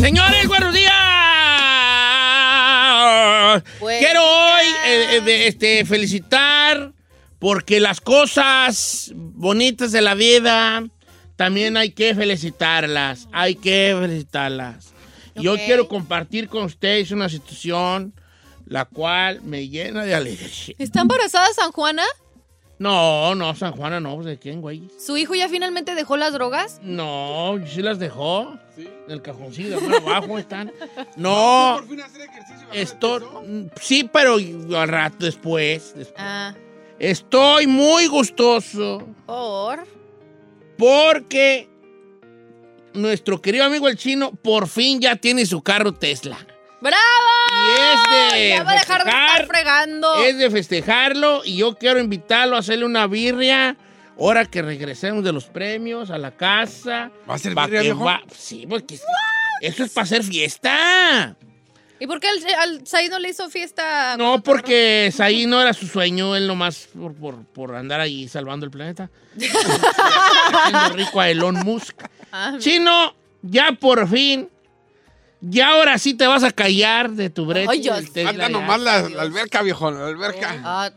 Señores, buenos días. Buen Quiero hoy día. eh, eh, de- este, felicitar porque las cosas bonitas de la vida también hay que felicitarlas. Hay que felicitarlas. Y hoy Ok. quiero compartir con ustedes una situación la cual me llena de alegría. ¿Está embarazada San Juana? No, no, San Juana, no, pues, ¿de quién, güey? ¿Su hijo ya finalmente dejó las drogas? No, sí las dejó. En el cajoncito, bueno, abajo están. No. Esto, sí, pero al rato después. después. Ah, Estoy muy gustoso por... porque nuestro querido amigo el chino por fin ya tiene su carro Tesla. ¡Bravo! Y es de ya va a dejar de estar festejar, fregando. pues, es de festejarlo y yo quiero invitarlo a hacerle una birria ahora que regresemos de los premios a la casa. ¿Va a ser Pa' birria, que viejo? va- Sí, porque eso es para hacer fiesta. ¿Y por qué al, al Said no le hizo fiesta? No, porque ahí no era su sueño, él nomás por, por, por andar ahí salvando el planeta. Haciendo rico a Elon Musk. Ah, Chino, ya por fin, ya ahora sí te vas a callar de tu brecha. Ay, Dios. del Tesla, Falta ya. nomás la, la Dios. alberca, viejo, la alberca. ah,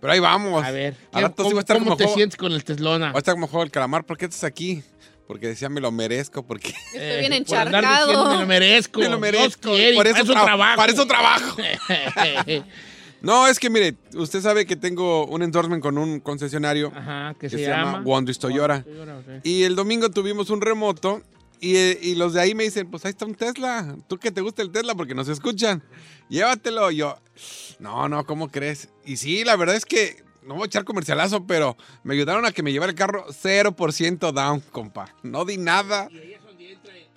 Pero ahí vamos. A ver, Al rato sí ¿cómo, voy a estar cómo como te juego- sientes con el Teslona? Voy a estar como juego el calamar. ¿Por qué estás aquí? Porque decía, me lo merezco. Porque estoy bien Eh, por andar encharcado. diciendo, me lo merezco. me lo Dios merezco. quiere, y por eso, tra- trabajo. Para eso trabajo. No, es que mire, usted sabe que tengo un endorsement con un concesionario Ajá, que que se, llama. Wondrous Toyota. Y el domingo tuvimos un remoto y, eh, y los de ahí me dicen, pues ahí está un Tesla. Tú que te gusta el Tesla porque nos escuchan. Llévatelo. Y yo, no, no, ¿cómo crees? Y sí, la verdad es que no voy a echar comercialazo, pero me ayudaron a que me llevara el carro 0% down, compa. No di nada.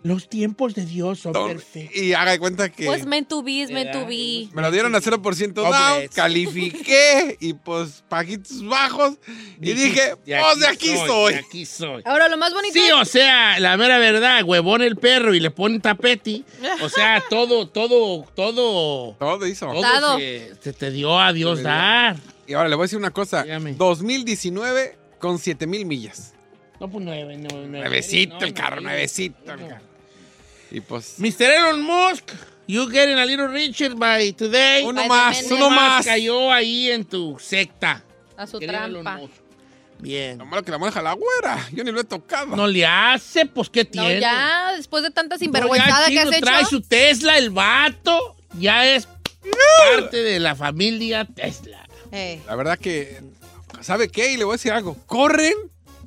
Los tiempos de Dios son perfectos. Y haga de cuenta que... Pues me tubí, Te me da- tubí. Me lo dieron a 0% Hombre, down, es- califiqué y pues pajitos bajos. Y dije, pues de aquí soy. De aquí soy. Ahora lo más Ah, bonito Sí, es- o sea, la mera verdad, huevón el perro y le pone tapete. O sea, todo, todo, todo. Todo hizo. Todo Dado. se, se te dio a Dios Se me dio. dar. Y ahora le voy a decir una cosa. Dígame. 2019 con 7 mil millas. No, pues nueve, nueve, nueve. Nuevecito No, el carro, nueve. nuevecito el carro. Y pues... Mr. Elon Musk, you getting a little richer by today. Uno Ay, pues, más, también uno ya. más. Cayó ahí en tu secta. a su Querido Elon trampa. Musk. Bien. Lo malo que la maneja la güera. Yo ni lo he tocado. No le hace, pues, ¿qué No, tiene? ya, después de tanta No, sinvergüenzada ya que has Chino trae hecho. su Tesla, el vato, ya es parte de la familia Tesla. Eh, La verdad que... ¿Sabe qué? Y le voy a decir algo. ¿Corren?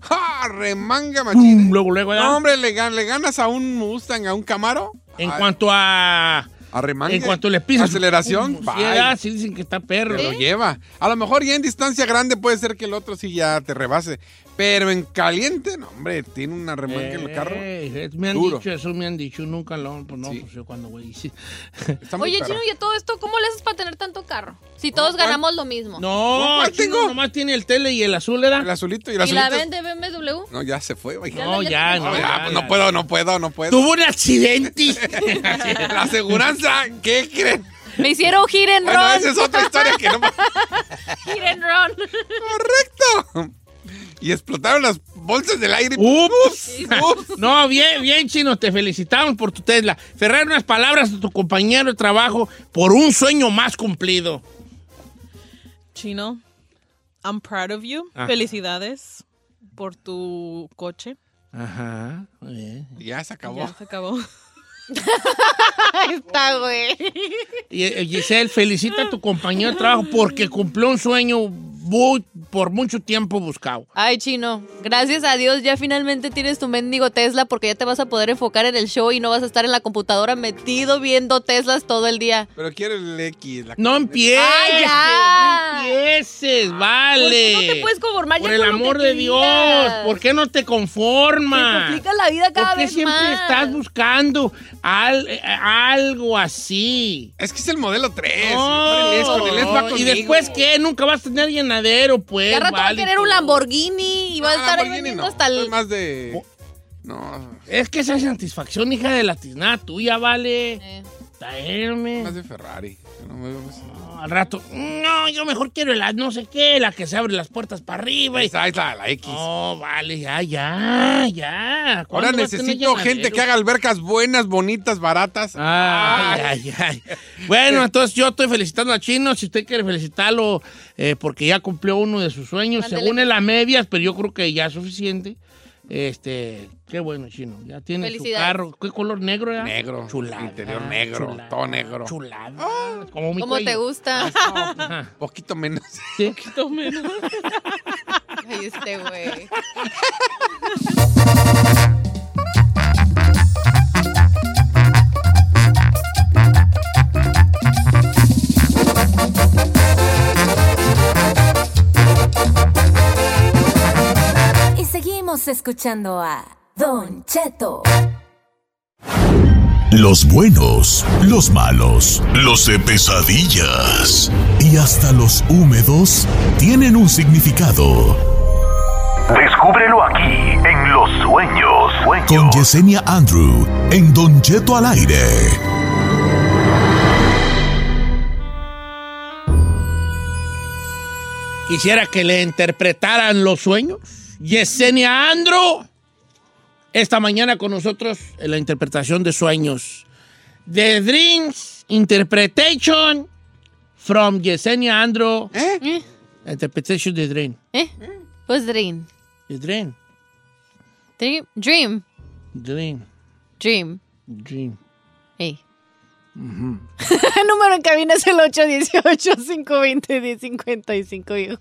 ¡Ja! Remanga machín. Luego, luego, ¿verdad? No, hombre, le, gan- le ganas a un Mustang, a un Camaro. Ah, en A- cuanto a... A remanga. En cuanto le pisas... Aceleración. pum, Sí, bye. ah, sí dicen que está perro. Te lo lleva. A lo mejor ya en distancia grande puede ser que el otro sí ya te rebase. Pero en caliente, no, hombre, tiene una remanga en el carro. Eh, me han Duro. dicho eso, me han dicho, nunca lo... Pues no, Sí. pues yo cuando, güey, sí. Está muy Oye, perro. Chino, ¿y a todo esto cómo le haces para tener tanto carro? Si todos ¿cuál? ganamos lo mismo. No, ¿Cuál Chino tengo? nomás tiene el tele y el azul, ¿era? El azulito y el ¿Y azulito. la vende BMW? No, ya se fue, güey. No, ya ya, tengo. no. No, ya, ya, pues, ya. no puedo, no puedo, no puedo. Tuvo un accidente. La aseguranza, ¿qué creen? Me hicieron hit and Bueno, run. esa es otra historia que no me- Hit and run. ¡Correcto! Y explotaron las bolsas del aire. Ups. Ups. No, bien, bien, chino, te felicitamos por tu Tesla. Ferrar unas palabras a tu compañero de trabajo por un sueño más cumplido. Chino, I'm proud of you. Ajá. Felicidades por tu coche. Ajá, muy bien. Ya se acabó. Ya se acabó. Está, güey. Y, eh, Giselle, felicita a tu compañero de trabajo porque cumplió un sueño bu- por mucho tiempo buscado. Ay, chino. Gracias a Dios ya finalmente tienes tu mendigo Tesla porque ya te vas a poder enfocar en el show y no vas a estar en la computadora metido viendo Teslas todo el día. Pero quiero el X. La No empieces, ¡Ay, ya! no empieces, vale. ¿Por qué no te puedes conformar ya Por el con lo que amor de Dios, tenías? ¿por qué no te Te conformas? complica la vida cada ¿Por qué vez siempre más. estás buscando al- eh, algo así? Es que es el modelo 3. No, con el S va Oh. ¿Y conmigo. después qué? Nunca vas a tener llenadero, pues. Ya rato va a vale, querer un tú. Lamborghini y va a Ah, estar ahí Lamborghini vendiendo no. hasta Soy el... más de. No, Es que esa satisfacción, hija de la tiznada tuya, vale. Eh. Traerme. más de Ferrari. No me veo más- No, al rato, no, yo mejor quiero la no sé qué, la que se abre las puertas para arriba. Ahí Y... está, ahí está, la X. No, vale, ya, ya, ya. Oh, ¿Cuándo Ahora vas a Ah, tener necesito gente llenadero? que haga albercas buenas, bonitas, baratas. Ay, ay, ay. Bueno, entonces yo estoy felicitando a Chino. Si usted quiere felicitarlo eh, porque ya cumplió uno de sus sueños, Ándale. según él a medias, pero yo creo que ya es suficiente. Este, qué bueno, Chino. Ya tiene su Felicidades. carro. ¿Qué color negro era? Negro. Chulada. Interior negro, todo negro. Chulada. como mi Como Ah. te cuello. gusta. Ajá. Poquito menos. Sí. Ay, este güey. Y seguimos escuchando a Don Cheto. Los buenos, los malos, los de pesadillas y hasta los húmedos tienen un significado. Descúbrelo aquí en Los Sueños. Sueños. Con Yesenia Andrew en Don Cheto al aire. Quisiera que le interpretaran los sueños. Yesenia Andro, esta mañana con nosotros en la interpretación de sueños. The Dreams Interpretation from Yesenia Andro. ¿Eh? Interpretation de Dream. ¿Eh? Pues Dream. The Dream. Dream. Dream. Dream. Dream. Dream. Ey. El número en cabina es el 818-520-1055, viejo.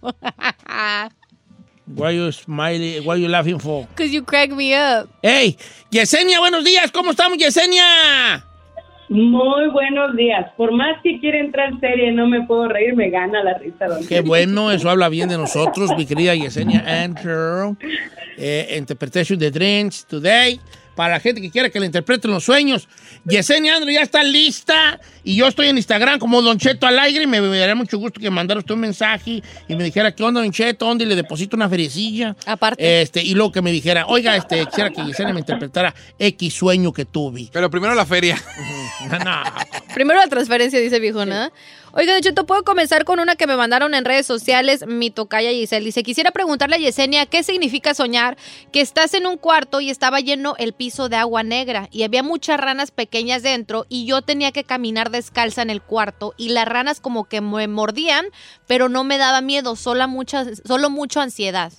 Why you smiling? Why you laughing for? Cause you crack me up. Hey, Yesenia, buenos días. ¿Cómo estamos, Yesenia? Muy buenos días. Por más que quiera entrar serie, no me puedo reír, me gana la risa. don Qué bueno, eso habla bien de nosotros, mi querida Yesenia Andrew. Eh, interpretation de Dreams Today. Para la gente que quiera que le interpreten los sueños. Yesenia Andrew ya está lista. Y yo estoy en Instagram como Don Cheto al aire. Y me daría mucho gusto que mandara usted un mensaje y me dijera, ¿qué onda, Don Cheto? ¿Dónde le deposito una feriecilla? Aparte. Este, y luego que me dijera, oiga, este, quisiera que Yesenia me interpretara X sueño que tuve. Pero primero la feria. No, Primero la transferencia, dice viejo, ¿no? Oiga, Don Cheto, puedo comenzar con una que me mandaron en redes sociales, mi tocaya Giselle. Dice, quisiera preguntarle a Yesenia qué significa soñar que estás en un cuarto y estaba lleno el piso de agua negra y había muchas ranas pequeñas dentro y yo tenía que caminar descalza en el cuarto y las ranas como que me mordían, pero no me daba miedo, sola mucha, solo mucho ansiedad.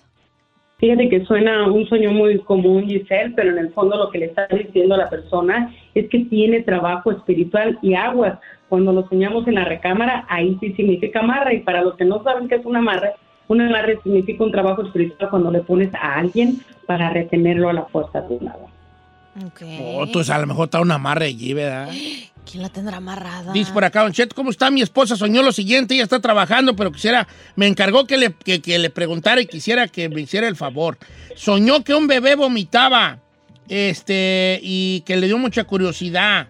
Fíjate que suena un sueño muy común, Giselle, pero en el fondo lo que le está diciendo a la persona es que tiene trabajo espiritual y aguas. Cuando lo soñamos en la recámara, ahí sí significa amarre. Y para los que no saben qué es un amarre, un amarre significa un trabajo espiritual cuando le pones a alguien para retenerlo a la fuerza de un lado. Otros, a lo mejor está una amarre allí, ¿verdad? ¿Quién la tendrá amarrada? Dice por acá, Don Cheto, ¿cómo está? Mi esposa soñó lo siguiente, ella está trabajando, pero quisiera, me encargó que le, que, que le preguntara y quisiera que me hiciera el favor. Soñó que un bebé vomitaba, este, y que le dio mucha curiosidad.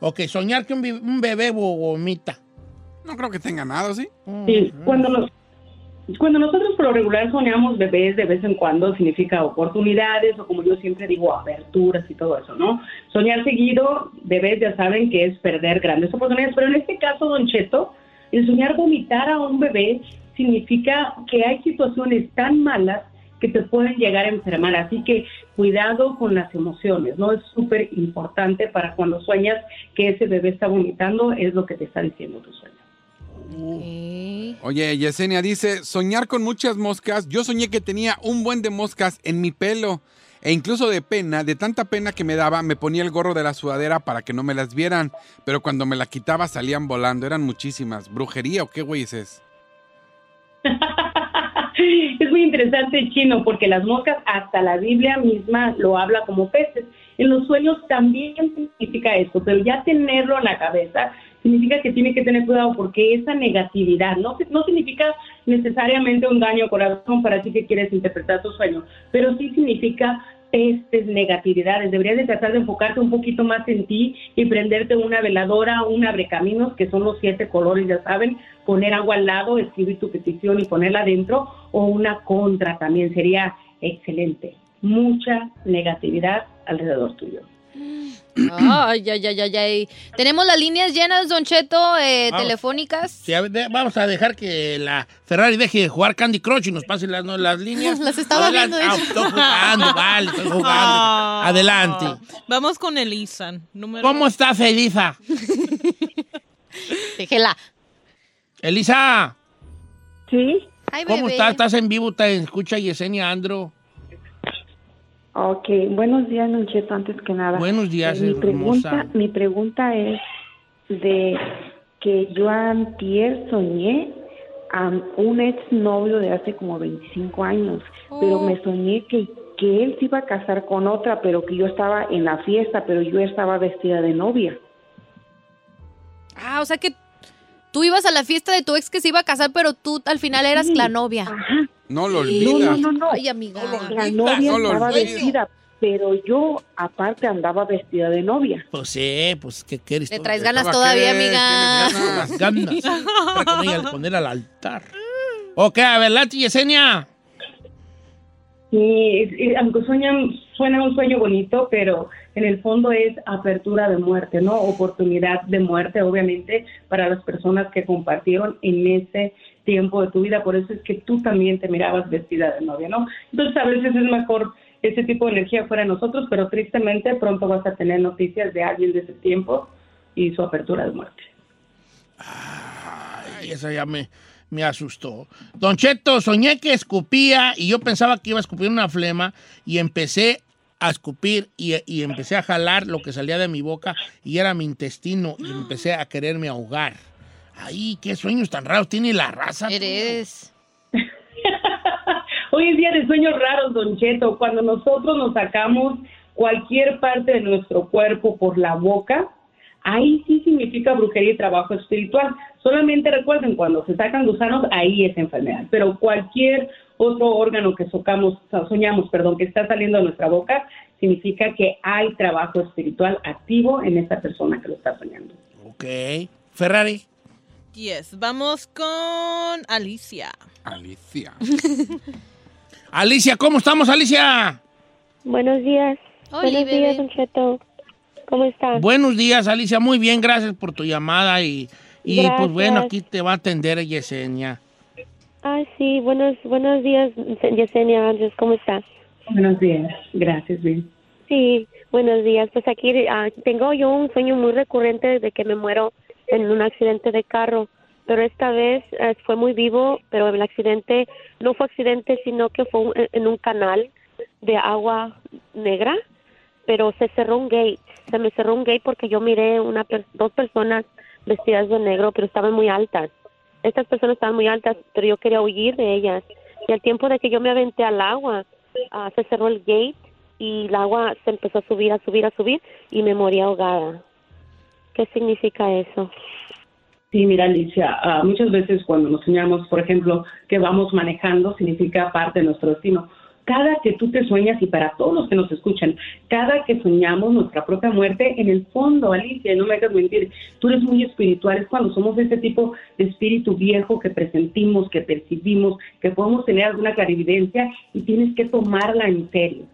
O que soñar que un, bi- un bebé vo- vomita. Mm, No creo que tenga nada, ¿sí? Sí, cuando, lo- Cuando nosotros por lo regular soñamos bebés de vez en cuando significa oportunidades o como yo siempre digo, aperturas y todo eso, ¿no? Soñar seguido, bebés ya saben que es perder grandes oportunidades, pero en este caso, Don Cheto, el soñar vomitar a un bebé significa que hay situaciones tan malas que te pueden llegar a enfermar. Así que cuidado con las emociones, ¿no? Es súper importante para cuando sueñas que ese bebé está vomitando, es lo que te está diciendo tu sueño. Oye, Yesenia dice, soñar con muchas moscas. Yo soñé que tenía un buen de moscas en mi pelo. E incluso de pena, de tanta pena que me daba, me ponía el gorro de la sudadera para que no me las vieran. Pero cuando me la quitaba salían volando, eran muchísimas. ¿Brujería o qué güey es? Es muy interesante el chino porque las moscas, hasta la Biblia misma lo habla como peces. En los sueños también significa esto, pero ya tenerlo en la cabeza significa que tiene que tener cuidado porque esa negatividad no, no significa necesariamente un daño al corazón para ti que quieres interpretar tu sueño, pero sí significa pestes, negatividades. Deberías de tratar de enfocarte un poquito más en ti y prenderte una veladora, un abrecaminos, que son los siete colores, ya saben, poner agua al lado, escribir tu petición y ponerla adentro, o una contra también sería excelente. Mucha negatividad alrededor tuyo. Ay, ay, ay, ay, ay. Tenemos las líneas llenas, Don Cheto, eh, Vamos. telefónicas. Sí, a ver, de- vamos a dejar que la Ferrari deje de jugar Candy Crush y nos pase las, no, las líneas. Las estaba Adelante. viendo, Ah, de hecho. estoy jugando, vale, estoy jugando. Adelante. Ah. Ah. Vamos con Elisan. Número ¿Cómo estás, Elisa? Déjela. Elisa, Sí. ¿cómo estás? ¿Estás en vivo? ¿Te escucha Yesenia Andro? Ok, buenos días, Don Cheto, antes que nada. Eh, Buenos días, mi hermosa. pregunta, mi pregunta es de que yo antier soñé a un exnovio de hace como 25 años, pero Oh. me soñé que, que él se iba a casar con otra, pero que yo estaba en la fiesta, pero yo estaba vestida de novia. Ah, o sea que tú ibas a la fiesta de tu ex que se iba a casar, pero tú al final eras la novia. Ah, No lo No, no, olvidas. no, no. Ay, amiga. La novia No lo estaba olvides. vestida, pero yo aparte andaba vestida de novia. Pues sí, pues ¿qué quieres? Le tú? traes ¿Qué ganas va a todavía, querer? amiga. Tienes ganas, Las ganas. Para con ella al poner al altar. Ok, adelante, Yesenia. Sí, es- es- aunque sueñan, suena un sueño bonito, pero en el fondo es apertura de muerte, ¿no? Oportunidad de muerte, obviamente, para las personas que compartieron en ese tiempo de tu vida. Por eso es que tú también te mirabas vestida de novia, ¿no? Entonces, a veces es mejor ese tipo de energía fuera de nosotros, pero tristemente pronto vas a tener noticias de alguien de ese tiempo y su apertura de muerte. Ay, esa ya me, me asustó. Don Cheto, soñé que escupía y yo pensaba que iba a escupir una flema y empecé a escupir y, y empecé a jalar lo que salía de mi boca y era mi intestino y empecé a quererme ahogar. Ay, qué sueños tan raros tiene la raza. Eres. Hoy es día de sueños raros, Don Cheto. Cuando nosotros nos sacamos cualquier parte de nuestro cuerpo por la boca, ahí sí significa brujería y trabajo espiritual. Solamente recuerden, cuando se sacan gusanos, ahí es enfermedad. Pero cualquier otro órgano que socamos, soñamos, perdón, que está saliendo de nuestra boca, significa que hay trabajo espiritual activo en esa persona que lo está soñando. Ok. Ferrari. 10. Vamos con Alicia. Alicia. Alicia, ¿cómo estamos, Alicia? Buenos días. Buenos días, Don Cheto. ¿Cómo estás? Buenos días, Alicia. Muy bien, gracias por tu llamada y, y pues Gracias. bueno, aquí te va a atender Yesenia. Ah, sí, buenos, buenos días, Yesenia Andrés. ¿Cómo estás? Buenos días. Gracias, bien. Sí, buenos días. Pues aquí ah, tengo yo un sueño muy recurrente desde que me muero en un accidente de carro, pero esta vez eh, fue muy vivo, pero el accidente no fue accidente, sino que fue un- en un canal de agua negra, pero se cerró un gate, se me cerró un gate porque yo miré una per- dos personas vestidas de negro, pero estaban muy altas. Estas personas estaban muy altas, pero yo quería huir de ellas. Y al tiempo de que yo me aventé al agua, ah, se cerró el gate y el agua se empezó a subir, a subir, a subir y me morí ahogada. ¿Qué significa eso? Sí, mira, Alicia, ah, muchas veces cuando nos soñamos, por ejemplo, que vamos manejando, significa parte de nuestro destino. cada que tú te sueñas y para todos los que nos escuchan, cada que soñamos nuestra propia muerte, en el fondo, Alicia, no me hagas mentir, tú eres muy espiritual, es cuando somos ese tipo de espíritu viejo que presentimos, que percibimos, que podemos tener alguna clarividencia y tienes que tomarla en serio.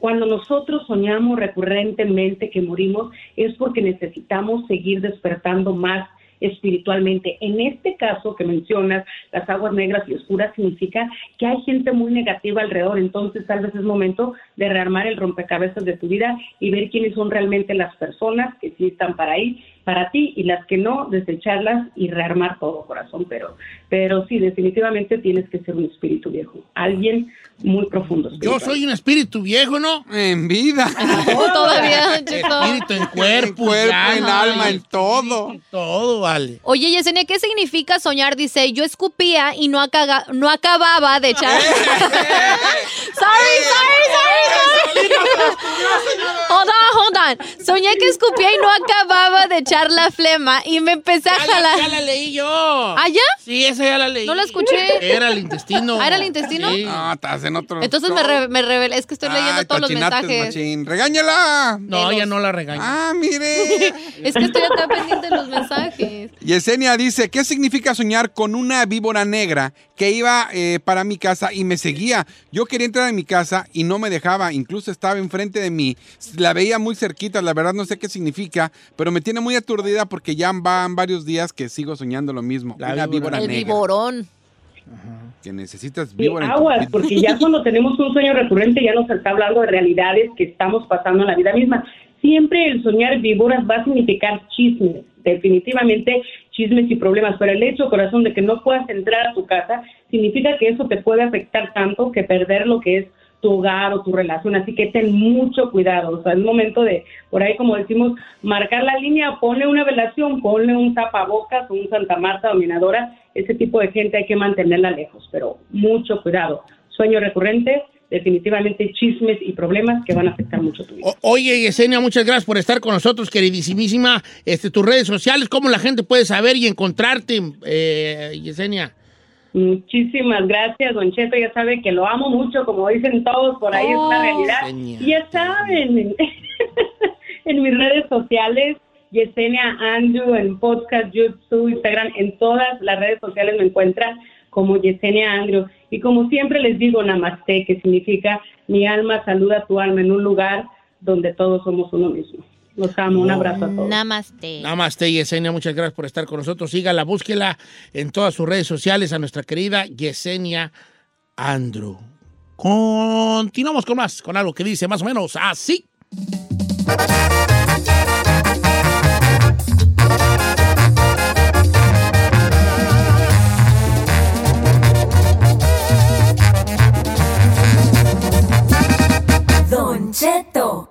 Cuando nosotros soñamos recurrentemente que morimos es porque necesitamos seguir despertando más espiritualmente. En este caso que mencionas, las aguas negras y oscuras significa que hay gente muy negativa alrededor, entonces tal vez es momento de rearmar el rompecabezas de tu vida y ver quiénes son realmente las personas que sí están para ahí, para ti y las que no, desecharlas y rearmar todo corazón, pero pero sí definitivamente tienes que ser un espíritu viejo, alguien muy profundo. Yo espiritual. soy un espíritu viejo, ¿no? En vida. todavía, don Cheto. Espíritu en cuerpo. cuerpo, ya, en no, alma, vale. en todo. Todo vale. Oye, Yesenia, ¿qué significa soñar? Dice, yo escupía y no, acaga- no acababa de echar. sorry, sorry, sorry, sorry. hold on, hold on. Soñé que escupía y no acababa de echar la flema y me empecé a Ya la, jalar. ya la leí yo. ¿Ah, ya? Sí, esa ya la leí. No la escuché. Era el intestino. ¿Ah, era el intestino? Sí. No, estás en otro. Entonces me, re- me revelé, es que estoy leyendo Ay, todos los cochinates, mensajes. machín. ¡Regáñala! No, ya no la regaño. Ah, mire. Es que estoy acá pendiente de los mensajes. Yesenia dice, ¿qué significa soñar con una víbora negra que iba eh, para mi casa y me seguía? Yo quería entrar en mi casa y no me dejaba, incluso estaba enfrente de mí. La veía muy cerquita, la verdad no sé qué significa, pero me tiene muy aturdida porque ya van varios días que sigo soñando lo mismo. La víbora. una víbora, El negra. viborón. Que necesitas Sí, víbora. en tu aguas, vida. porque ya cuando tenemos un sueño recurrente ya nos está hablando de realidades que estamos pasando en la vida misma. Siempre el soñar víboras va a significar chismes, definitivamente chismes y problemas, pero el hecho, corazón, de que no puedas entrar a tu casa significa que eso te puede afectar tanto que perder lo que es tu hogar o tu relación, así que ten mucho cuidado, o sea, es momento de, por ahí como decimos, marcar la línea, ponle una velación, ponle un tapabocas, un Santa Marta dominadora, ese tipo de gente hay que mantenerla lejos, pero mucho cuidado, sueño recurrente, definitivamente chismes y problemas que van a afectar mucho tu vida. O- oye, Yesenia, muchas gracias por estar con nosotros, queridísimísima. Este, tus redes sociales, ¿cómo la gente puede saber y encontrarte, eh, Yesenia? Muchísimas gracias, Don Cheto. Ya sabe que lo amo mucho, como dicen todos, por ahí es la realidad. Yesenia. Y ya saben, en, en mis redes sociales, Yesenia Andrew, en podcast, YouTube, Instagram, en todas las redes sociales me encuentran como Yesenia Andrew. Y como siempre les digo, Namaste, que significa mi alma saluda a tu alma en un lugar donde todos somos uno mismo. Los amo, un abrazo a todos. Namaste. Namaste, Yesenia, muchas gracias por estar con nosotros. Sígala, búsquela en todas sus redes sociales a nuestra querida Yesenia Andrew. Continuamos con más, con algo que dice más o menos así. Don Cheto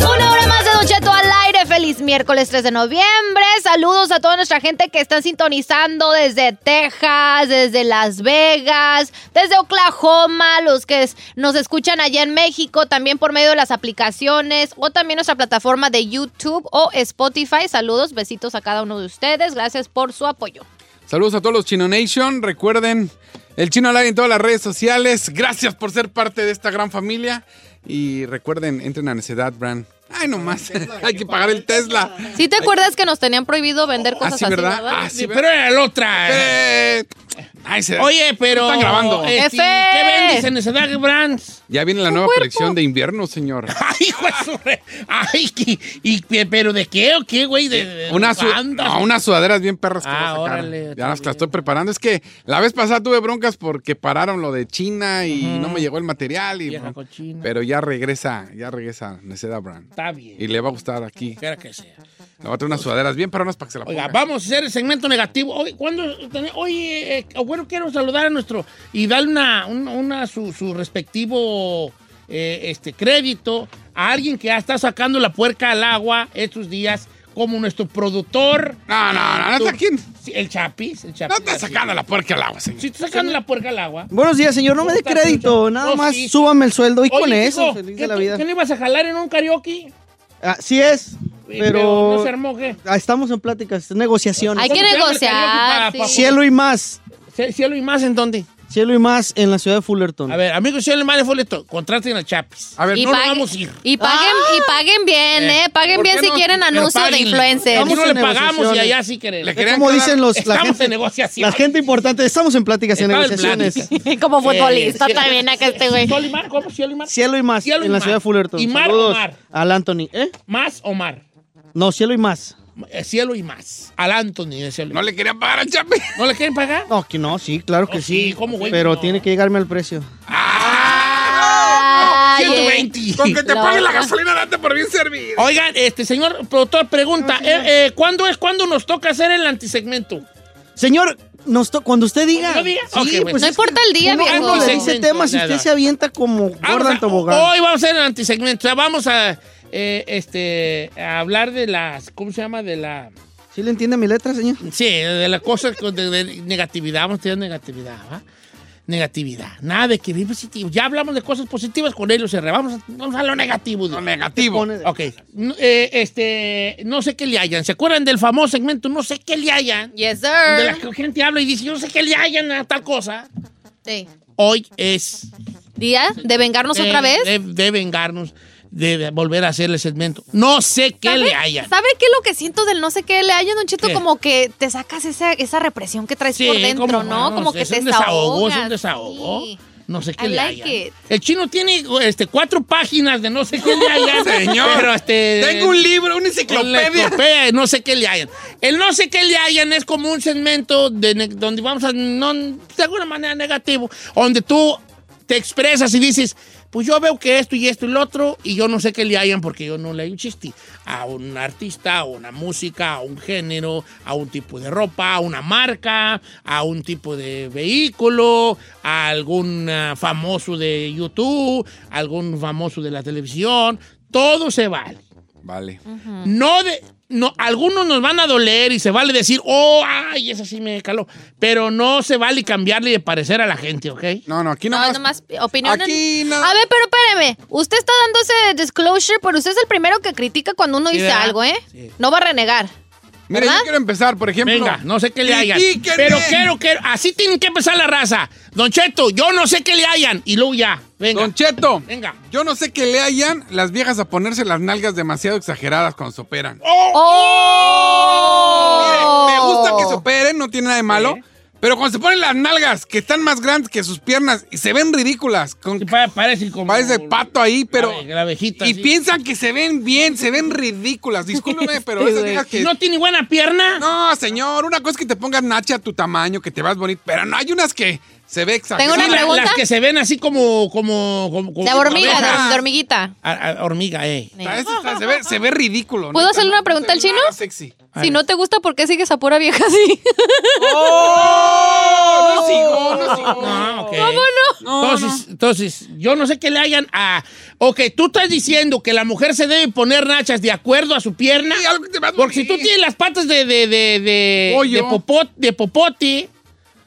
Una hora más de Don Cheto al aire. Feliz miércoles 3 de noviembre. Saludos a toda nuestra gente que están sintonizando desde Texas, desde Las Vegas, desde Oklahoma, los que es- nos escuchan allá en México, también por medio de las aplicaciones o también nuestra plataforma de YouTube o Spotify. Saludos, besitos a cada uno de ustedes. Gracias por su apoyo. Saludos a todos los Chino Nation. Recuerden, el Chino Live en todas las redes sociales. Gracias por ser parte de esta gran familia. Y recuerden, entren a Necedad Brand. Ay, nomás. Hay que pagar el Tesla. ¿Sí te acuerdas que nos tenían prohibido vender Ah, cosas sí, así, ¿verdad? verdad? Ah, sí, eh, Pero era eh. la otra. Ay, se- Oye, pero. Están grabando. este, ¿Qué vendes en esa Dag Brands? Ya viene la nueva cuerpo. colección de invierno, señor. Hijo de su re- Ay, ¿qué- y, qué- ¿pero de qué o qué, güey? De, de- Una su- ¿cuándo? no, unas sudaderas bien perras que voy a Ah, sacar. órale, Ya las que las estoy preparando. Es que la vez pasada tuve broncas porque pararon lo de China y Ujú. no me llegó el material. Y, Vieja cochina. pero ya regresa, ya regresa Neceda Brand. Está bien. Y le va a gustar aquí. Quiera que sea. Le va a traer unas sudaderas bien perronas para que se la Oiga, ponga. vamos a hacer el segmento negativo. Oye, ¿cuándo ten- Oye, eh, eh, bueno, quiero saludar a nuestro y darle una, un- una- su, su respectivo eh, este, crédito a alguien que ya está sacando la puerca al agua estos días, como nuestro productor. No, no, no, no, Tu- ¿está quién? Sí, el Chapis, el Chapis. No está sacando la puerca al agua, señor. Sí, está sacando la puerca al agua. Buenos días, señor. No me dé crédito. Nada No, Oh, más sí. súbame el sueldo y Oye, con eso, hijo, feliz ¿qué de la tú- vida. ¿Qué le ibas a jalar en un karaoke? Así es. Eh, Pero, no se armó, ¿qué? Ah, estamos en pláticas, negociaciones. Hay que negociar. sí. Cielo y más. ¿Cielo y más en dónde? Cielo y más en la ciudad de Fullerton. A ver, amigos, yo le mando folleto. Contraten al Chapis. A ver, Y no nos pague- vamos a ir. Ah. Y paguen, y paguen bien, Eh, ¿eh? Paguen ¿por bien qué si no? quieren Pero anuncio de paguen. influencers. Vamos, no le pagamos y negociaciones. allá sí queremos. Es como dicen los, la Estamos gente, en negociación. La gente importante, estamos en pláticas y Estaba en negociaciones. Como futbolista Eh, también acá este güey. ¿Cielo y mar? ¿Cómo? ¿Cielo y mar? Cielo y más Cielo y en la Mar. ciudad de Fullerton. ¿Y Mar o Saludos Mar? al Anthony, ¿eh? ¿Más o mar? No, cielo y más. Eh, Cielo y más. Al Anthony. de Cielo y No Más. le querían pagar al Chapi. ¿No le quieren pagar? No, que no, sí, claro que Oh, sí. sí, ¿cómo, güey? Pero No. tiene que llegarme al precio. Ay, eh. 120. Con que te No. paguen la gasolina, date por bien servido. Oigan, este señor productor pregunta, eh, eh, ¿cuándo es cuando nos toca hacer el antisegmento? Señor, nos to- cuando usted diga. ¿No diga? Sí, Ok, bueno. pues No es que importa el día, uno- viejo. uno le dice Antisegmento, temas y usted nada. se avienta como Vamos Gordon a- Tobogán. Hoy vamos a hacer el antisegmento. O sea, vamos a eh, este a hablar de las, ¿cómo se llama? De la ¿Sí le entiende mi letra, señor? sí, de la cosa con- de, de negatividad, vamos a tener negatividad, ¿va? Negatividad. Nada de que vivir positivo. Ya hablamos de cosas positivas con ellos, cerré. Vamos a, vamos a lo negativo. Lo negativo. Ok. No, eh, este, no sé qué le hayan. ¿Se acuerdan del famoso segmento? No sé qué le hayan. Yes, Donde la sir. gente habla y dice, yo no sé qué le hayan a tal cosa. Sí. Hoy es ¿Día de vengarnos de- otra vez? De, de vengarnos, de, de volver a hacer el segmento. No sé qué ¿Sabe- le hayan. ¿Sabe qué es lo que siento del no sé qué le hayan, Don Cheto? ¿Qué? Como que te sacas esa, esa represión que traes por dentro, como- ¿no? Como que es te un desahogo, es un desahogas, desahogo. sí. No sé qué I le like hayan. it. El chino tiene este, cuatro páginas de no sé qué le hayan. Señor, pero este, Tengo un libro, una la enciclopedia. enciclopedia de no sé qué le hayan. El no sé qué le hayan es como un segmento de ne- donde vamos a, no, de alguna manera negativo, donde tú te expresas y dices, pues yo veo que esto y esto y lo otro, y yo no sé qué le hayan porque yo no le hay un chiste a un artista, a una música, a un género, a un tipo de ropa, a una marca, a un tipo de vehículo, a algún ah, famoso de YouTube, a algún famoso de la televisión. Todo se vale. Vale. No de. No, algunos nos van a doler y se vale decir, oh, ay, esa sí me caló. Pero no se vale cambiarle de parecer a la gente, ¿ok? No, no, aquí No, nomás. nomás opinión. Aquí en- no- A ver, pero espéreme. Usted está dando ese disclosure, pero usted es el primero que critica cuando uno Sí, dice ¿verdad? algo, ¿eh? No va a renegar. Mira, ¿verdad? yo quiero empezar, por ejemplo. Venga, no sé qué le hayan. Critíquenme. Pero quiero, quiero. Así tiene que empezar la raza. Don Cheto, yo no sé qué le hayan. Y luego ya. Don Cheto. Venga. Yo no sé qué le hayan las viejas a ponerse las nalgas demasiado exageradas cuando se operan. Oh. Mire, me gusta que se operen, no tiene nada de malo. Pero cuando se ponen las nalgas, que están más grandes que sus piernas, y se ven ridículas. Con, parece como... Parece pato ahí, pero... La abejita. Y piensan que se ven bien, se ven ridículas. Discúlpeme, pero esas viejas que... ¿No tiene buena pierna? No, señor. Una cosa es que te pongas nacha a tu tamaño, que te vas bonito. Pero no, hay unas que se ve exagerado. Sí, la- Las que se ven así como... como, como, como De hormiga, abeja. de, de hormiguita. A- a- hormiga, eh. Esa está- se, ve, se ve ridículo. ¿Puedo neta, hacerle no una se pregunta ve al chino? nada sexy. Si no te gusta, ¿por qué sigues a pura vieja así? ¡Oh! No sigo, no sigo. No, ok. Entonces, entonces, yo no sé qué le hayan a... Ok, tú estás diciendo que la mujer se debe poner nachas de acuerdo a su pierna. porque si tú tienes las patas de... de, de, de, Pollo. de popot- de popoti...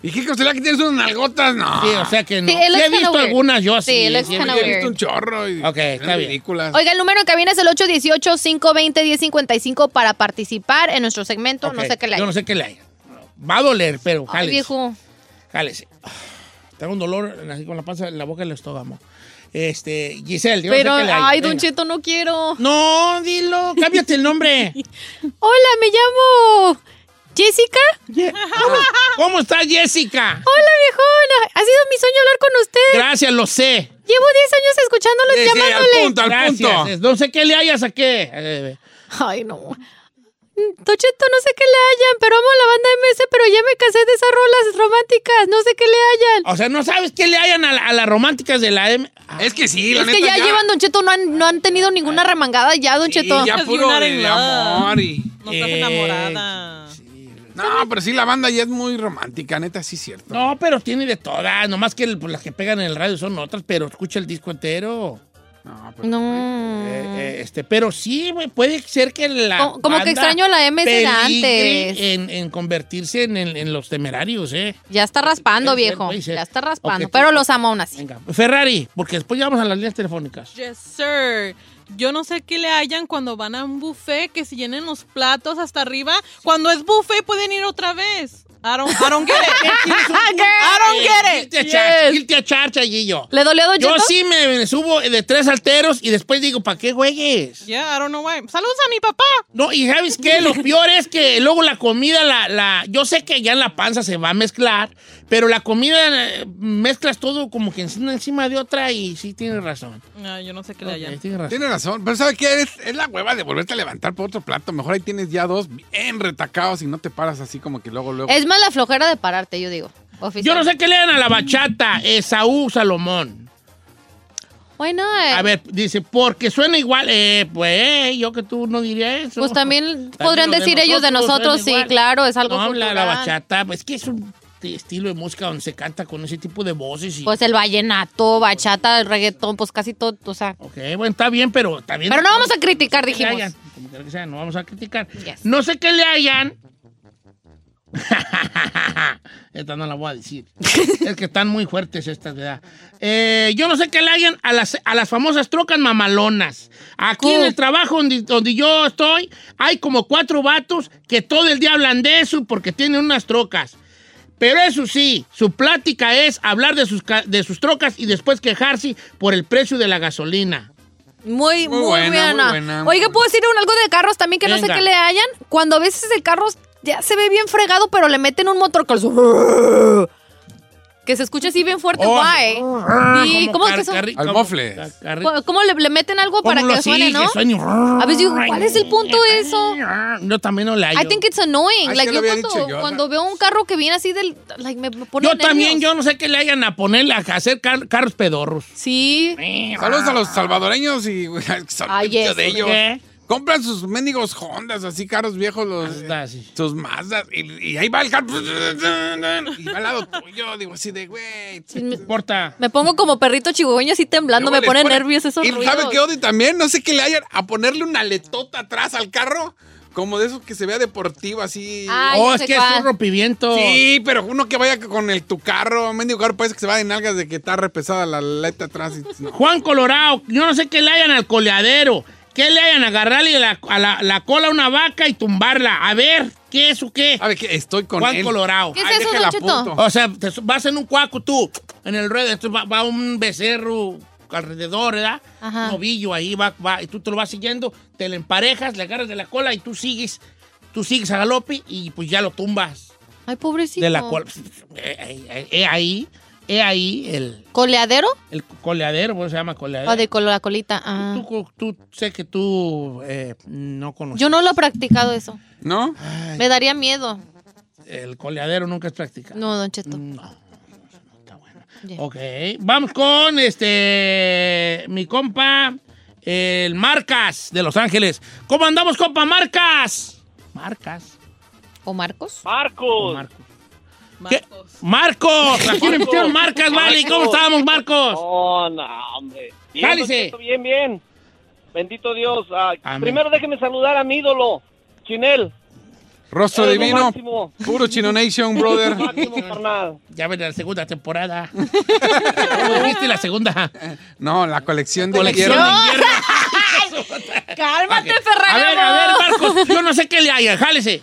¿Y qué considera que tienes unas nalgotas? No. Sí, o sea que no. Sí, él Sí, es he visto kinda weird. algunas yo así. Sí, él es sí, he kinda visto- weird. Viste un chorro y Ok, está bien. ridículas. Oiga, el número en cabina es el 818-520-1055 para participar en nuestro segmento. No Ok, sé qué le Yo no sé qué le hayan. Va a doler, pero Ay, jálese. viejo. Jálese. Tengo un dolor así con la panza, en la boca y el estómago. Este, Giselle, yo Pero, no sé qué le hayan. ay, Don Venga. Cheto, no quiero. No, dilo. Cámbiate el nombre. Hola, me llamo Jessica. ¿Cómo, cómo está Jessica? Hola, viejona. Ha sido mi sueño hablar con usted. Gracias, lo sé. Llevo 10 años escuchándolos Sí, sí, llamándole. Gracias. No sé qué le hayas a qué. Eh, Ay, no. Tocheto, no sé qué le hallan, pero amo la banda MS, pero ya me cansé de esas rolas románticas. No sé qué le hallan. O sea, no sabes qué le hayan a, la- a las románticas de la M. Es que sí, es que ya, llevan Don Cheto, no han, no han tenido ninguna remangada ya, Don Cheto. ya puro de, de amor y... No estás enamorada. Eh, No, pero sí, la banda ya es muy romántica, neta, sí es cierto. No, pero tiene de todas. Nomás que pues, las que pegan en el radio son otras, pero escucha el disco entero. No, pues, No. Eh, este, pero sí, güey, puede ser que la. Como- como que banda extraño la MS de peligre antes. En, en convertirse en, en- en los temerarios, ¿eh? Ya está raspando, Puede ser, viejo. puede ser. Ya está raspando. Ok, pero pues, los amo aún así. Ferrari, porque después ya vamos a las líneas telefónicas. Yes, sir. Yo no sé qué le hayan cuando van a un buffet, que se llenen los platos hasta arriba. Cuando es buffet pueden ir otra vez. I don't, I don't get it. I don't get it. Guilty Eh, a charge, guilty a charge allí yo. ¿Le dolió, Don Yo Cheto? sí me, me subo de tres alteros y después digo, ¿para qué juegues? Yeah, I don't know why. Saludos a mi papá. No, y ¿sabes qué? Lo peor es que luego la comida, la, la, yo sé que ya en la panza se va a mezclar, pero la comida eh, mezclas todo como que encima, encima de otra y sí tienes razón. No, yo no sé qué le hayan. Tienes razón. Tiene razón, pero ¿sabe qué? Es, es la hueva de volverte a levantar por otro plato. Mejor ahí tienes ya dos bien retacados y no te paras así como que luego, luego. Es más la flojera de pararte, yo digo. Oficial. Yo no sé qué le dan a la bachata, Esaú Salomón. Why not? A ver, dice, porque suena igual. Eh, pues, yo que tú no diría eso. Pues también También podrían los decir ellos de suena nosotros, sí, igual. claro, es algo No, la, cultural. la bachata, pues que es un estilo de música donde se canta con ese tipo de voces y... Pues el vallenato, bachata, el reggaetón, pues casi todo, o sea. Ok, bueno, está bien, pero también... Pero no vamos a criticar, Como quiera que dijimos. hayan, como quiera que sea, no vamos a criticar. No sé qué le hayan. Esta no la voy a decir. es que están muy fuertes estas, ¿verdad? Eh, yo no sé qué le hayan a las, a las famosas trocas mamalonas. Aquí en el trabajo donde, donde yo estoy, hay como cuatro vatos que todo el día hablan de eso porque tienen unas trocas. Pero eso sí, su plática es hablar de sus, ca- de sus trocas y después quejarse por el precio de la gasolina. Muy, muy, Muy buena, muy buena. buena, muy Oiga, ¿puedo decir un- algo de carros también que no sé Venga. qué le hayan? Cuando a veces el carro ya se ve bien fregado, pero le meten un motor que que se escucha así bien fuerte, Oh, guay. ¿Y como cómo es car- que son? carri- Al como- mofle. ca- carri- ¿Cómo- ¿Cómo le, le meten algo para ¿Cómo que lo suene, sigue? no? Sueña. A veces digo, ¿cuál es el punto de eso? No, también no le hallo. I think it's annoying. Ay, like, sí lo yo había cuando, dicho yo, cuando veo un carro que viene así del. Like, me pone. yo también, yo no sé qué le hayan a ponerle a hacer car- carros pedorros. Sí. Saludos a los salvadoreños y son Ah. Ay, mucho eso, de ellos. ¿qué? Compran sus mendigos Hondas, así caros viejos, los, sus Mazdas, y, y ahí va el carro. Y va al lado tuyo, digo así de, güey. Me- importa. Me pongo como perrito chihuahueño así temblando, Ah, me Luego les pone nervios esos ¿Y ruidos. sabe qué odio también? No sé qué le hayan a ponerle una letota atrás al carro, como de esos que se vea deportivo, así. Ah, Oh, yo es sé que es cuál. un rompimiento. Sí, pero uno que vaya con el tu carro, mendigo carro, parece que se va de nalgas de que está repesada la letra atrás. y- no. Juan Colorado, yo no sé qué le hayan al coleadero. ¿Qué le hayan a agarrarle la, a la, la cola a una vaca y tumbarla? A ver, ¿qué es o qué? A ver, que estoy con Juan él. Colorado. Ah, ¿Qué es Ay, eso, déjala Don Cheto? apunto. O sea, te vas en un cuaco tú en el ruedo, entonces va, va un becerro alrededor, ¿verdad? Un ovillo ahí va, va, y tú te lo vas siguiendo, te lo emparejas, le agarras de la cola y tú sigues, tú sigues a galope y pues ya lo tumbas. Ay, pobrecito. De la cola. Eh, eh, eh, eh, ahí, eh, ahí el, ¿Coleadero? el coleadero, ¿cómo se llama coleadero? O de col- la colita. ah. Tú, tú- sé que tú eh, no conoces. Yo no lo he practicado eso. ¿No? Me daría miedo. El coleadero nunca es practicado. No, Don Cheto. Ok, vamos con este, mi compa, el Marcas de Los Ángeles. ¿Cómo andamos, compa Marcas? Marcas. ¿O Marcos? Marcos. Marcos. ¿Qué? Marcos. Aquí me metieron Marcas, vale. ¿Cómo estamos, Marcos? No, no, hombre. Cálice. don Cheto, Bien, bien. Bendito Dios. Ah, primero déjeme saludar a mi ídolo, Chinel. Rostro Eres lo divino. máximo. Puro Chino Nation, brother. Lo máximo, carnal. Ya ven la segunda temporada. ¿Cómo viste la segunda? No, la colección de Colección hierro. de hierro. Cálmate, A ver, a ver, Marcos, yo no sé qué le haya, jálese.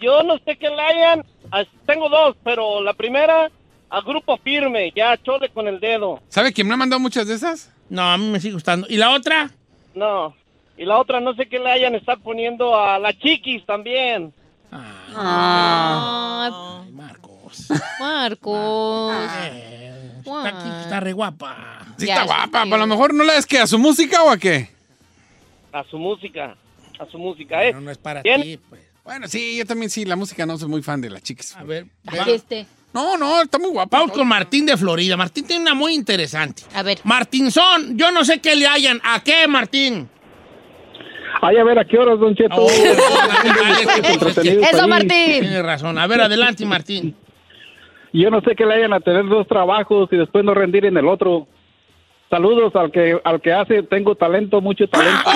Yo no sé qué le hayan. ah, Tengo dos, pero la primera, a grupo firme, ya chole con el dedo. ¿Sabe quién me ha mandado muchas de esas? No, a mí me sigue gustando. ¿Y la otra? No. Y la otra, no sé qué le hayan estar poniendo a la chiquis también. Ay, Ah, Marcos. Marcos. Está re guapa. Sí, Ya, sí, está guapa. sí. pero A lo mejor no la es que a su música o a qué. A su música. A su música, ¿eh? No, no es para ti, pues. Bueno, sí, yo también sí, la música no soy muy fan de las chiquis. A ver. Este. No, no, está muy guapa. Vamos con Martín de Florida. Martín tiene una muy interesante. A ver. Martinzón, yo no sé qué le hayan. ¿A qué, Martín? Oh, Ay, a ver, ¿a qué horas, Don Cheto? Entretenido país. Tiene razón. A ver, adelante, Martín. Yo no sé que le hayan a tener dos trabajos y después no rendir en el otro. Saludos al que al que hace, tengo talento, mucho ¡Oh! talento.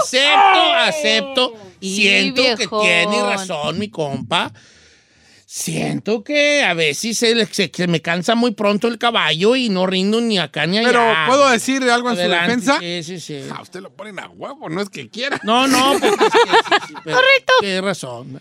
Acepto, acepto. Y Siento que viejón. tiene razón, mi compa. Siento que a veces se, se- se me cansa muy pronto el caballo y no rindo ni acá ni allá. Pero, ¿puedo decir algo en su ah, Adelante, defensa? Sí, sí, sí. Ah, usted lo ponen a huevo, no es que quiera. No, no, pues, es que sí, sí, pero Correcto. Tiene razón.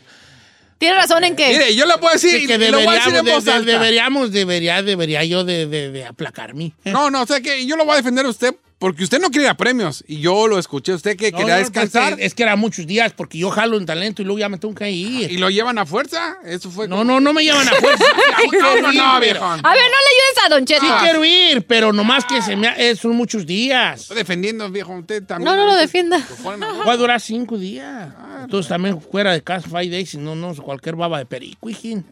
Tiene razón en que. Mire, yo le puedo decir, Sí, que y lo voy deberíamos, a decir en de- voz de- alta. deberíamos, debería, debería yo de, de- de aplacarme. No, no, o sea que yo lo voy a defender a usted porque usted no quería premios y yo lo escuché. Usted que No, quería no, no, descansar porque es que era muchos días porque yo jalo en talento y luego ya me tengo que ir. y lo llevan a fuerza. Eso fue. "Ah, No, Ah. no, no me llevan a fuerza. Sí, quiero no, Ah. ir, no, pero- viejón. A ver, no le ayudes a Don Cheto. Sí quiero ir, pero nomás que se me ha- eh, son muchos días. Estoy defendiendo, viejo. Usted también. No, no lo defienda. Va a durar cinco días. Ah, Entonces también fuera de casa, five days, si no, no, cualquier baba de perico, hijín.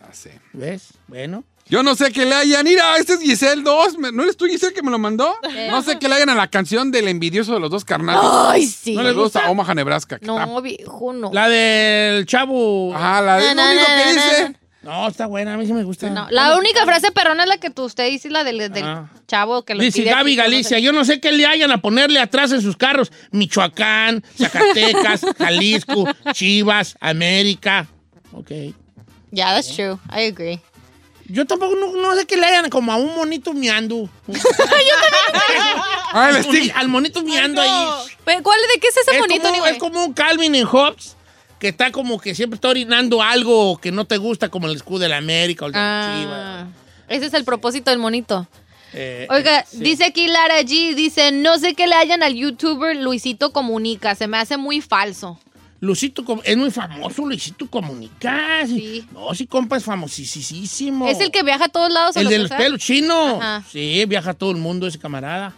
¿Ves? Bueno. Yo no sé que le hayan. Mira, este es Giselle 2. me- ¿No eres tú, Giselle, que me lo mandó? No sé que le hayan a la canción del envidioso de los dos carnales. Ay, sí. No le gusta Omaha, Nebraska. que está- No, viejo, no. La del chavo. Ah, la de- Na, lo na, único na, que na, dice. No, está buena, a mí sí me gusta. No, la única frase perrona es la que tú, usted dice, la del, del Ah. chavo que lo Dice pide Gaby aquí, que no sé Galicia, yo no sé qué le hayan a ponerle atrás en sus carros. Michoacán, Zacatecas, Jalisco, Chivas, América. Ok. Yeah, that's true. I agree. Yo tampoco no, no sé qué le hayan como a un monito miando. Al moni- Al monito miando ahí. Pe- Pues, ¿Cuál, ¿De qué es ese es monito? Como, anyway? es como un Calvin en Hobbes que está como que siempre está orinando algo que no te gusta, como el escudo de la América o el de la Chivas. Ah, ese es el propósito del monito. Eh, Oiga, eh, sí. dice aquí Lara G, dice, no sé qué le hayan al youtuber Luisito Comunica, se me hace muy falso. Luisito Com- es muy famoso, Luisito Comunica. Sí. No, sí, compa, es famosísimo. Es el que viaja a todos lados. a El de los los pelos chinos. Ajá. Sí, viaja todo el mundo ese camarada.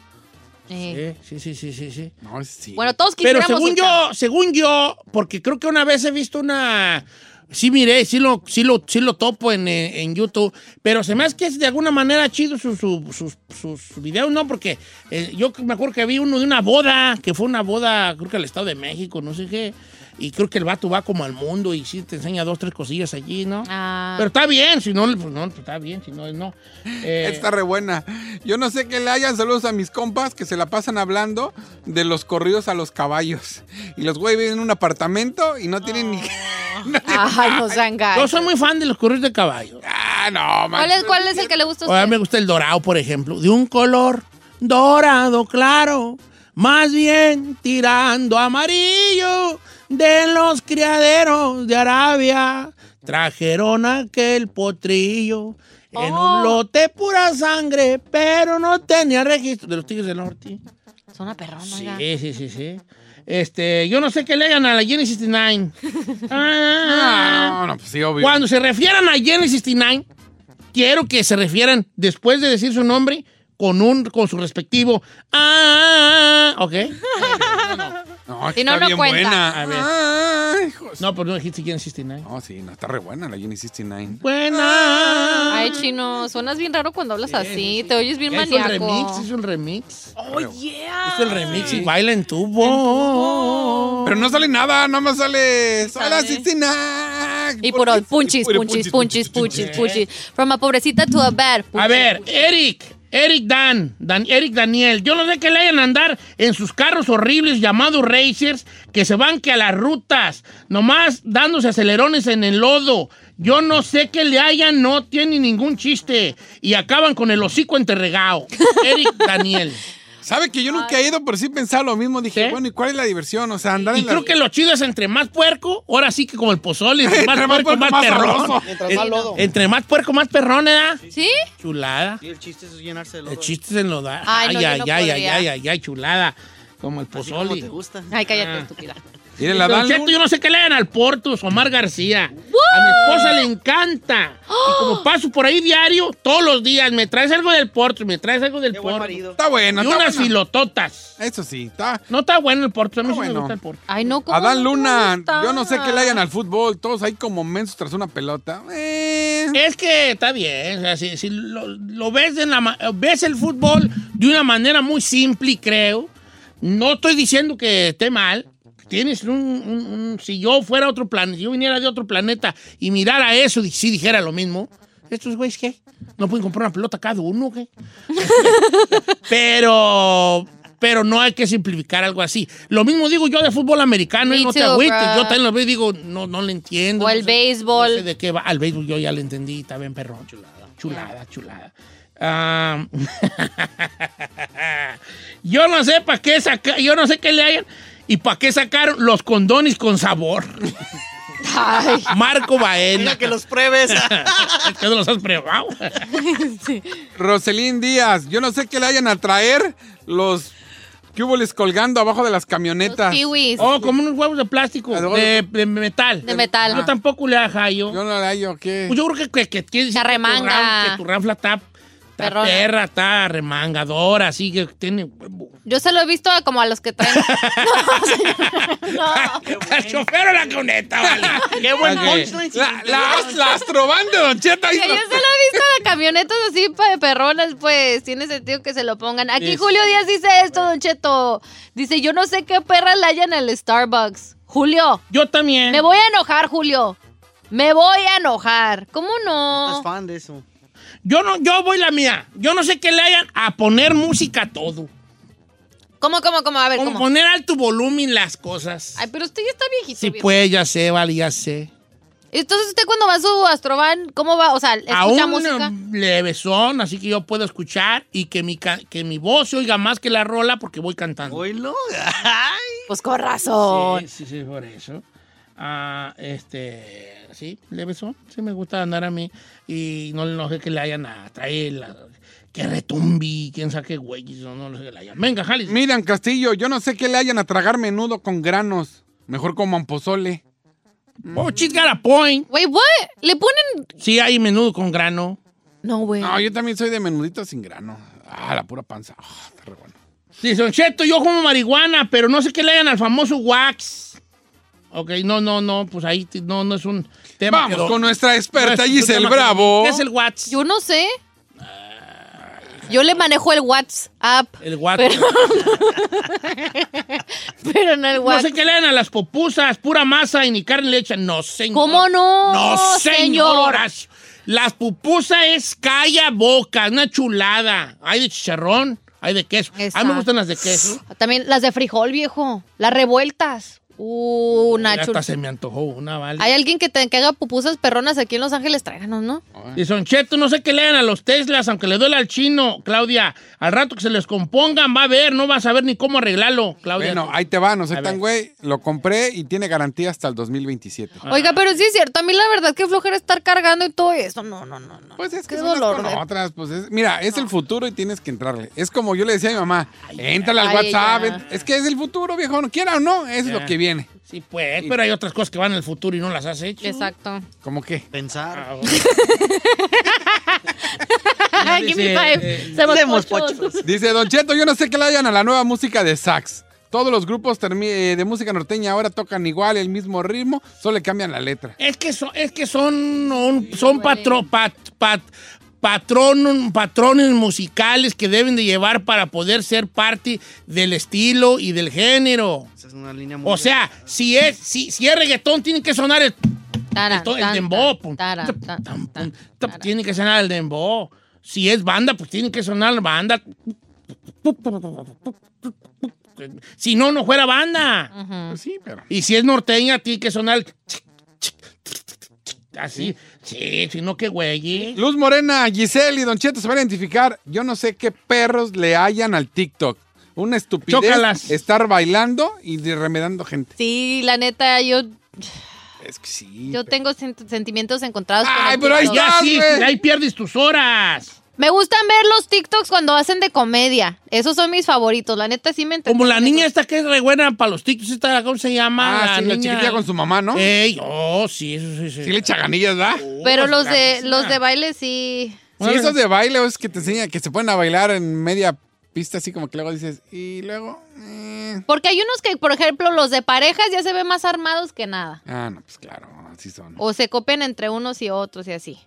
Eh. Sí, sí, sí, sí, sí. No, sí. Bueno, todos Pero quisiéramos según un yo, según yo, porque creo que una vez he visto una... Sí miré, sí lo, sí lo, sí lo topo en, eh, en YouTube, pero se me hace que es de alguna manera chido su- su- sus, sus videos, ¿no? Porque eh, yo me acuerdo que vi uno de una boda, que fue una boda, creo que al Estado de México, no sé qué, y creo que el vato va como al mundo y sí te enseña dos, tres cosillas allí, ¿no? Ah. Pero está bien, si no, pues no, está bien, si no, no. Eh, Está re buena. Yo no sé que le hayan saludos a mis compas que se la pasan hablando de los corridos a los caballos. Y los güey viven en un apartamento y no tienen ni. Ay, no sean Yo gachos. soy muy fan de los corridos de caballo. Ah, no, man. ¿Cuál es, cuál es el que le gusta a A usted? mí me gusta el dorado, por ejemplo. De un color dorado claro, más bien tirando amarillo de los criaderos de Arabia. Trajeron aquel potrillo en un lote pura sangre, pero no tenía registro. De los Tigres del Norte. Son una perrona, oiga. Sí, sí, sí, sí. Este, yo no sé qué le hagan a la Jenny 69. Ah. No, no, pues sí, obvio. Cuando se refieran a Jenny 69, quiero que se refieran, después de decir su nombre, con un con su respectivo. Ah, ¿Ok? No, es que está bien buena. A ver. no, pero no dijiste Jenny 69. Pues No, sí, no, está re buena la Jenny 69. Buena. Ay, chino, suenas bien raro cuando hablas así. Te oyes bien Es un remix, maníaco. es un remix. Ah, Oh, yeah. Es el remix y baila en tubo. Pero no sale nada, nada más sale. Sale 69. Y por all, punchis, punchis, punchis, punchis, punchis. From a pobrecita to a bad. A ver, Eric, Eric Dan, Dan- Eric Daniel, yo no sé que le hayan a andar en sus carros horribles llamados racers que se van que a las rutas, nomás dándose acelerones en el lodo. Yo no sé que le hayan, no tiene ningún chiste y acaban con el hocico enterregado. Eric Daniel. ¿Sabe que yo nunca he ido, pero sí pensaba lo mismo? Dije, bueno, ¿y cuál es la diversión? O sea, andar ¿Eh? Y en la- creo que lo chido es entre más puerco, ahora sí que como el pozole, entre más Entre más puerco, puerco, más, más perrón. sabroso. Entre más, entre más puerco, más perrón, ¿eh? ¿Sí? Chulada. Y el chiste es llenarse el El chiste es enlodar. Ay, Ay, no, ay, yo ay, no ay, ay, podría. ay, ay, chulada. Como el pozole. gusta. Ay, Ah. cállate, estúpida. Mire, la Don Dan Cheto, Luna. yo no sé qué le dan al Portus, Omar García. A mi esposa le encanta. Y como paso por ahí diario, todos los días, me traes algo del Portus, me traes algo del Portus. Está bueno, Y está unas bueno. filototas. Eso sí, está. No está bueno el Portus, a mí sí Está me bueno. gusta el Portus. Ay, no, ¿cómo Adán no te Luna, gusta? yo no sé qué le hagan al fútbol, todos ahí como mensos tras una pelota. Eh, Es que está bien, o sea, si, si lo, lo ves, en la, ma- ves el fútbol de una manera muy simple, creo. No estoy diciendo que esté mal. Tienes un, un- un- si yo fuera otro planeta, yo viniera de otro planeta y mirara eso, y si dijera lo mismo, estos güeyes qué, no pueden comprar una pelota cada uno, ¿qué? pero, pero no hay que simplificar algo así. Lo mismo digo yo de fútbol americano, Me y no te too, agüites, bruh. yo también lo veo y digo, no, no le entiendo. O no el sé- béisbol. no sé de qué va. Al béisbol yo ya le entendí, está bien perrón. Chulada, chulada, chulada. Ah, yo no sé para qué saca- yo no sé qué le hayan y para qué sacaron los condones con sabor. Marco Baena. Mira que los pruebes. Es que no los has probado. Roselín Díaz, yo no sé qué le hayan a traer los cuboles colgando abajo de las camionetas. Los kiwis. Oh, como unos huevos de plástico, de, de metal. De metal. Yo tampoco le hallo. Yo no le hallo, ¿qué? Pues yo creo que, que, que, que decir La que tu remanga. ran- que tu ranfla está, está Perrona. perra, está remangadora, así que tiene huevo. Yo se lo he visto como a los que traen. El chofer o la cuneta, vale. Qué buen Ok. punchline. La, la, la astroban de Don Cheto, ahí Que yo se lo he visto de camionetas así pa- de perronas, pues tiene sentido que se lo pongan. Aquí Es- Julio Díaz dice esto, Don Cheto. Dice, yo no sé qué perra le hayan al Starbucks. Julio, Yo también. me voy a enojar, Julio. Me voy a enojar. ¿Cómo Estás no? fan de eso. Yo no, yo voy la mía. Yo no sé qué le hayan a poner música a todo. ¿Cómo, cómo, cómo? A ver, Como ¿cómo? poner alto volumen las cosas. Ay, pero usted ya está viejito. sí, viejo. pues, ya sé, vale, ya sé. Entonces, ¿usted cuando va a su Astrovan, cómo va? O sea, ¿escucha Aún música? levesón, así que yo puedo escuchar y que mi, ca- que mi voz se oiga más que la rola porque voy cantando. Oílo. Pues con razón. Sí, sí, sí, por eso. Ah, este, sí, le besó. Sí, me gusta andar a mí. Y no, no sé que le hayan a traer la- que retumbi, quién sabe qué güey, no, no sé que le hayan. Venga, Jalis. Miran Castillo, yo no sé qué le hayan a tragar menudo con granos. Mejor como un pozole. Oh, she's got a point. Wait, what? ¿Le ponen...? Sí, hay menudo con grano. No, güey. No, yo también soy de menudito sin grano. Ah, la pura panza. Ah, está re bueno. Sí, Don Cheto, yo como marihuana, pero no sé qué le hayan al famoso wax. Ok, no, no, no, pues ahí t- no, no es un tema. Vamos que do- con nuestra no es experta un Giselle tema que- Bravo. ¿Qué es el wax? Yo no sé. Ah. Yo le manejo el WhatsApp, El wax. Pero- pero no el No WhatsApp. sé qué le dan a las popusas, pura masa y ni carne le echan. No, señor. ¿Cómo no? No, señor señor. Horacio. Las pupusas es calla boca, una chulada. Hay de chicharrón, hay de queso. A mí Exacto. me gustan las de queso. También las de frijol, viejo. Las revueltas. Uh, Nacho. Hasta se me antojó una, vale. Hay alguien que, te, que haga pupusas perronas aquí en Los Ángeles, tráiganos, ¿no? Y son cheto, no sé qué lean a los Teslas, aunque le duele al chino, Claudia. Al rato que se les compongan, va a ver, no va a saber ni cómo arreglarlo, Claudia. Bueno, ahí te va, no sé A tan ver. güey. Lo compré y tiene garantía hasta el 2027. Oiga, pero sí es cierto, a mí la verdad que flojera estar cargando y todo eso. No, no, no, no. Pues es que Con otras, pues es- mira, es el futuro y tienes que entrarle. Es como yo le decía a mi mamá, entra al ay, WhatsApp, ella. ent- es que es el futuro, viejo, no quiera o no, es Ya. lo que viene. Sí, pues, pero hay otras cosas que van en el futuro y no las has hecho. Ah, Exacto. ¿Cómo qué? Pensar. Give me five. Semos pochos. Dice Don Cheto, yo no sé qué le hayan a la nueva música de sax. Todos los grupos termi- eh, de música norteña ahora tocan igual, el mismo ritmo, solo le cambian la letra. Es que son, es que son, un- son patro- pat- pat- patronum- patrones musicales que deben de llevar para poder ser parte del estilo y del género. Es una línea muy O sea, si es, si, si es reggaetón, tiene que sonar el, el to- el dembow. pum, tup, tam, pum, tup, Tiene que sonar el dembow. Si es banda, pues tiene que sonar banda. Si no, no fuera banda. Pues Sí, pero. Y si es norteña, tiene que sonar el así. Sí, si no, qué güey. ¿eh? Luz Morena, Giselle y Don Cheto se van a identificar. Yo no sé qué perros le hayan al TikTok. Una estupidez Chócalas. estar bailando y de- remedando gente. Sí, la neta, yo, Es que sí. yo tengo sen- sentimientos encontrados. con Ay, el pero ahí TikTok. ya sí, ahí pierdes tus horas. Me gustan ver los TikToks cuando hacen de comedia. Esos son mis favoritos. La neta sí me entretienen. Como la niña esta que es re buena para los tics, esta, ¿cómo se llama? Ah, sí, la niña. chiquilla con su mamá, ¿no? Ey, oh, sí, eso sí. Sí, Sí le echa Oh, ganillas, ¿verdad? Pero los de, clarísima. los de baile sí. Sí, esos de baile es que te enseñan que se ponen a bailar en media pista, así como que luego dices, y luego. eh". Porque hay unos que, por ejemplo, los de parejas ya se ven más armados que nada. Ah, no, pues claro, así son. O se copian entre unos y otros y así.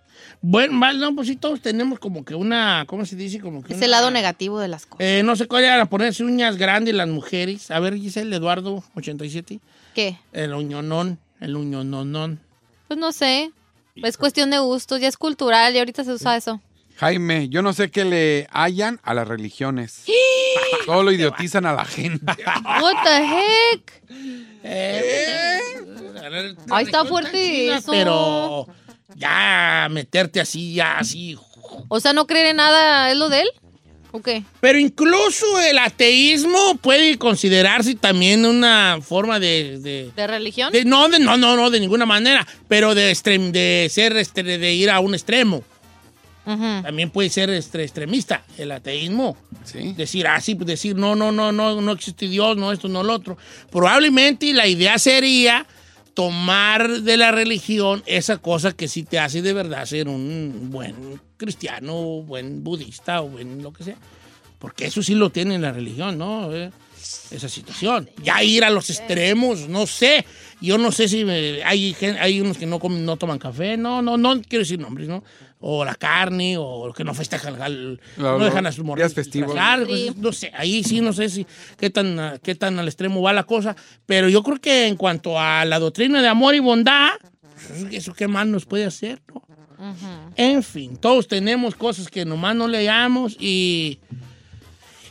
Bueno, mal, no, pues sí, todos tenemos como que una, ¿cómo se dice? Como que Es una- el lado negativo de las cosas. Eh, no sé cuál era ponerse uñas grandes las mujeres. A ver, Giselle, Eduardo, 87. ¿Qué? El uñonón, el uñononón. Pues no sé. Es cuestión de gustos, ya es cultural y ahorita se usa eso. Jaime, yo no sé qué le hayan a las religiones. Solo idiotizan a la gente. What the heck? Eh, Ahí está Región fuerte tranquila, eso. Pero ya meterte así, ya así. O sea, no creer en nada es lo de él. ¿O qué? Pero incluso el ateísmo puede considerarse también una forma de... de- ¿De religión? de- no, de- no, no, no, de ninguna manera, pero de, extrem- de ser, este, de ir a un extremo. Ujú. También puede ser este, extremista, el ateísmo. Sí. Decir así, pues decir no, no, no, no, no existe Dios, no esto, no lo otro. Probablemente la idea sería tomar de la religión esa cosa que sí te hace de verdad ser un buen cristiano, buen budista o buen lo que sea. Porque eso sí lo tiene la religión, ¿no? Eh, Esa situación. Ya ir a los extremos, no sé. Yo no sé si me- hay, gen- hay unos que no, comen- no toman café, no, no, no quiero decir nombres, ¿no? O la carne, o que no festejan, al- Lo- no dejan lo- a sus días morros festivos. disfrazar, pues, Sí. No sé, ahí sí no sé si qué tan, ah, qué tan al extremo va la cosa, pero yo creo que en cuanto a la doctrina de amor y bondad, pues, eso qué más nos puede hacer, ¿no? En fin, todos tenemos cosas que nomás no leamos y,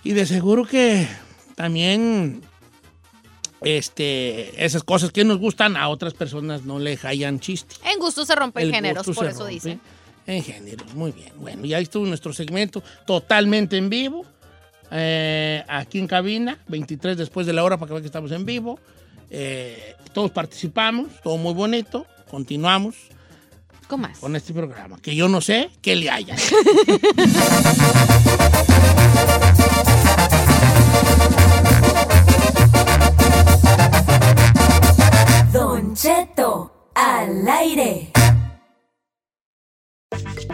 y de seguro que también este, esas cosas que nos gustan a otras personas no le hallan chiste. En gustos se rompen El Pues géneros, gusto por se eso rompe dicen. En géneros, muy bien. Bueno, ya estuvo nuestro segmento totalmente en vivo. eh, aquí en cabina, 23 después de la hora para que vean que estamos en vivo. Eh, todos participamos, todo muy bonito. Continuamos ¿Cómo más? con este programa, que yo no sé qué le haya. Don Cheto al aire.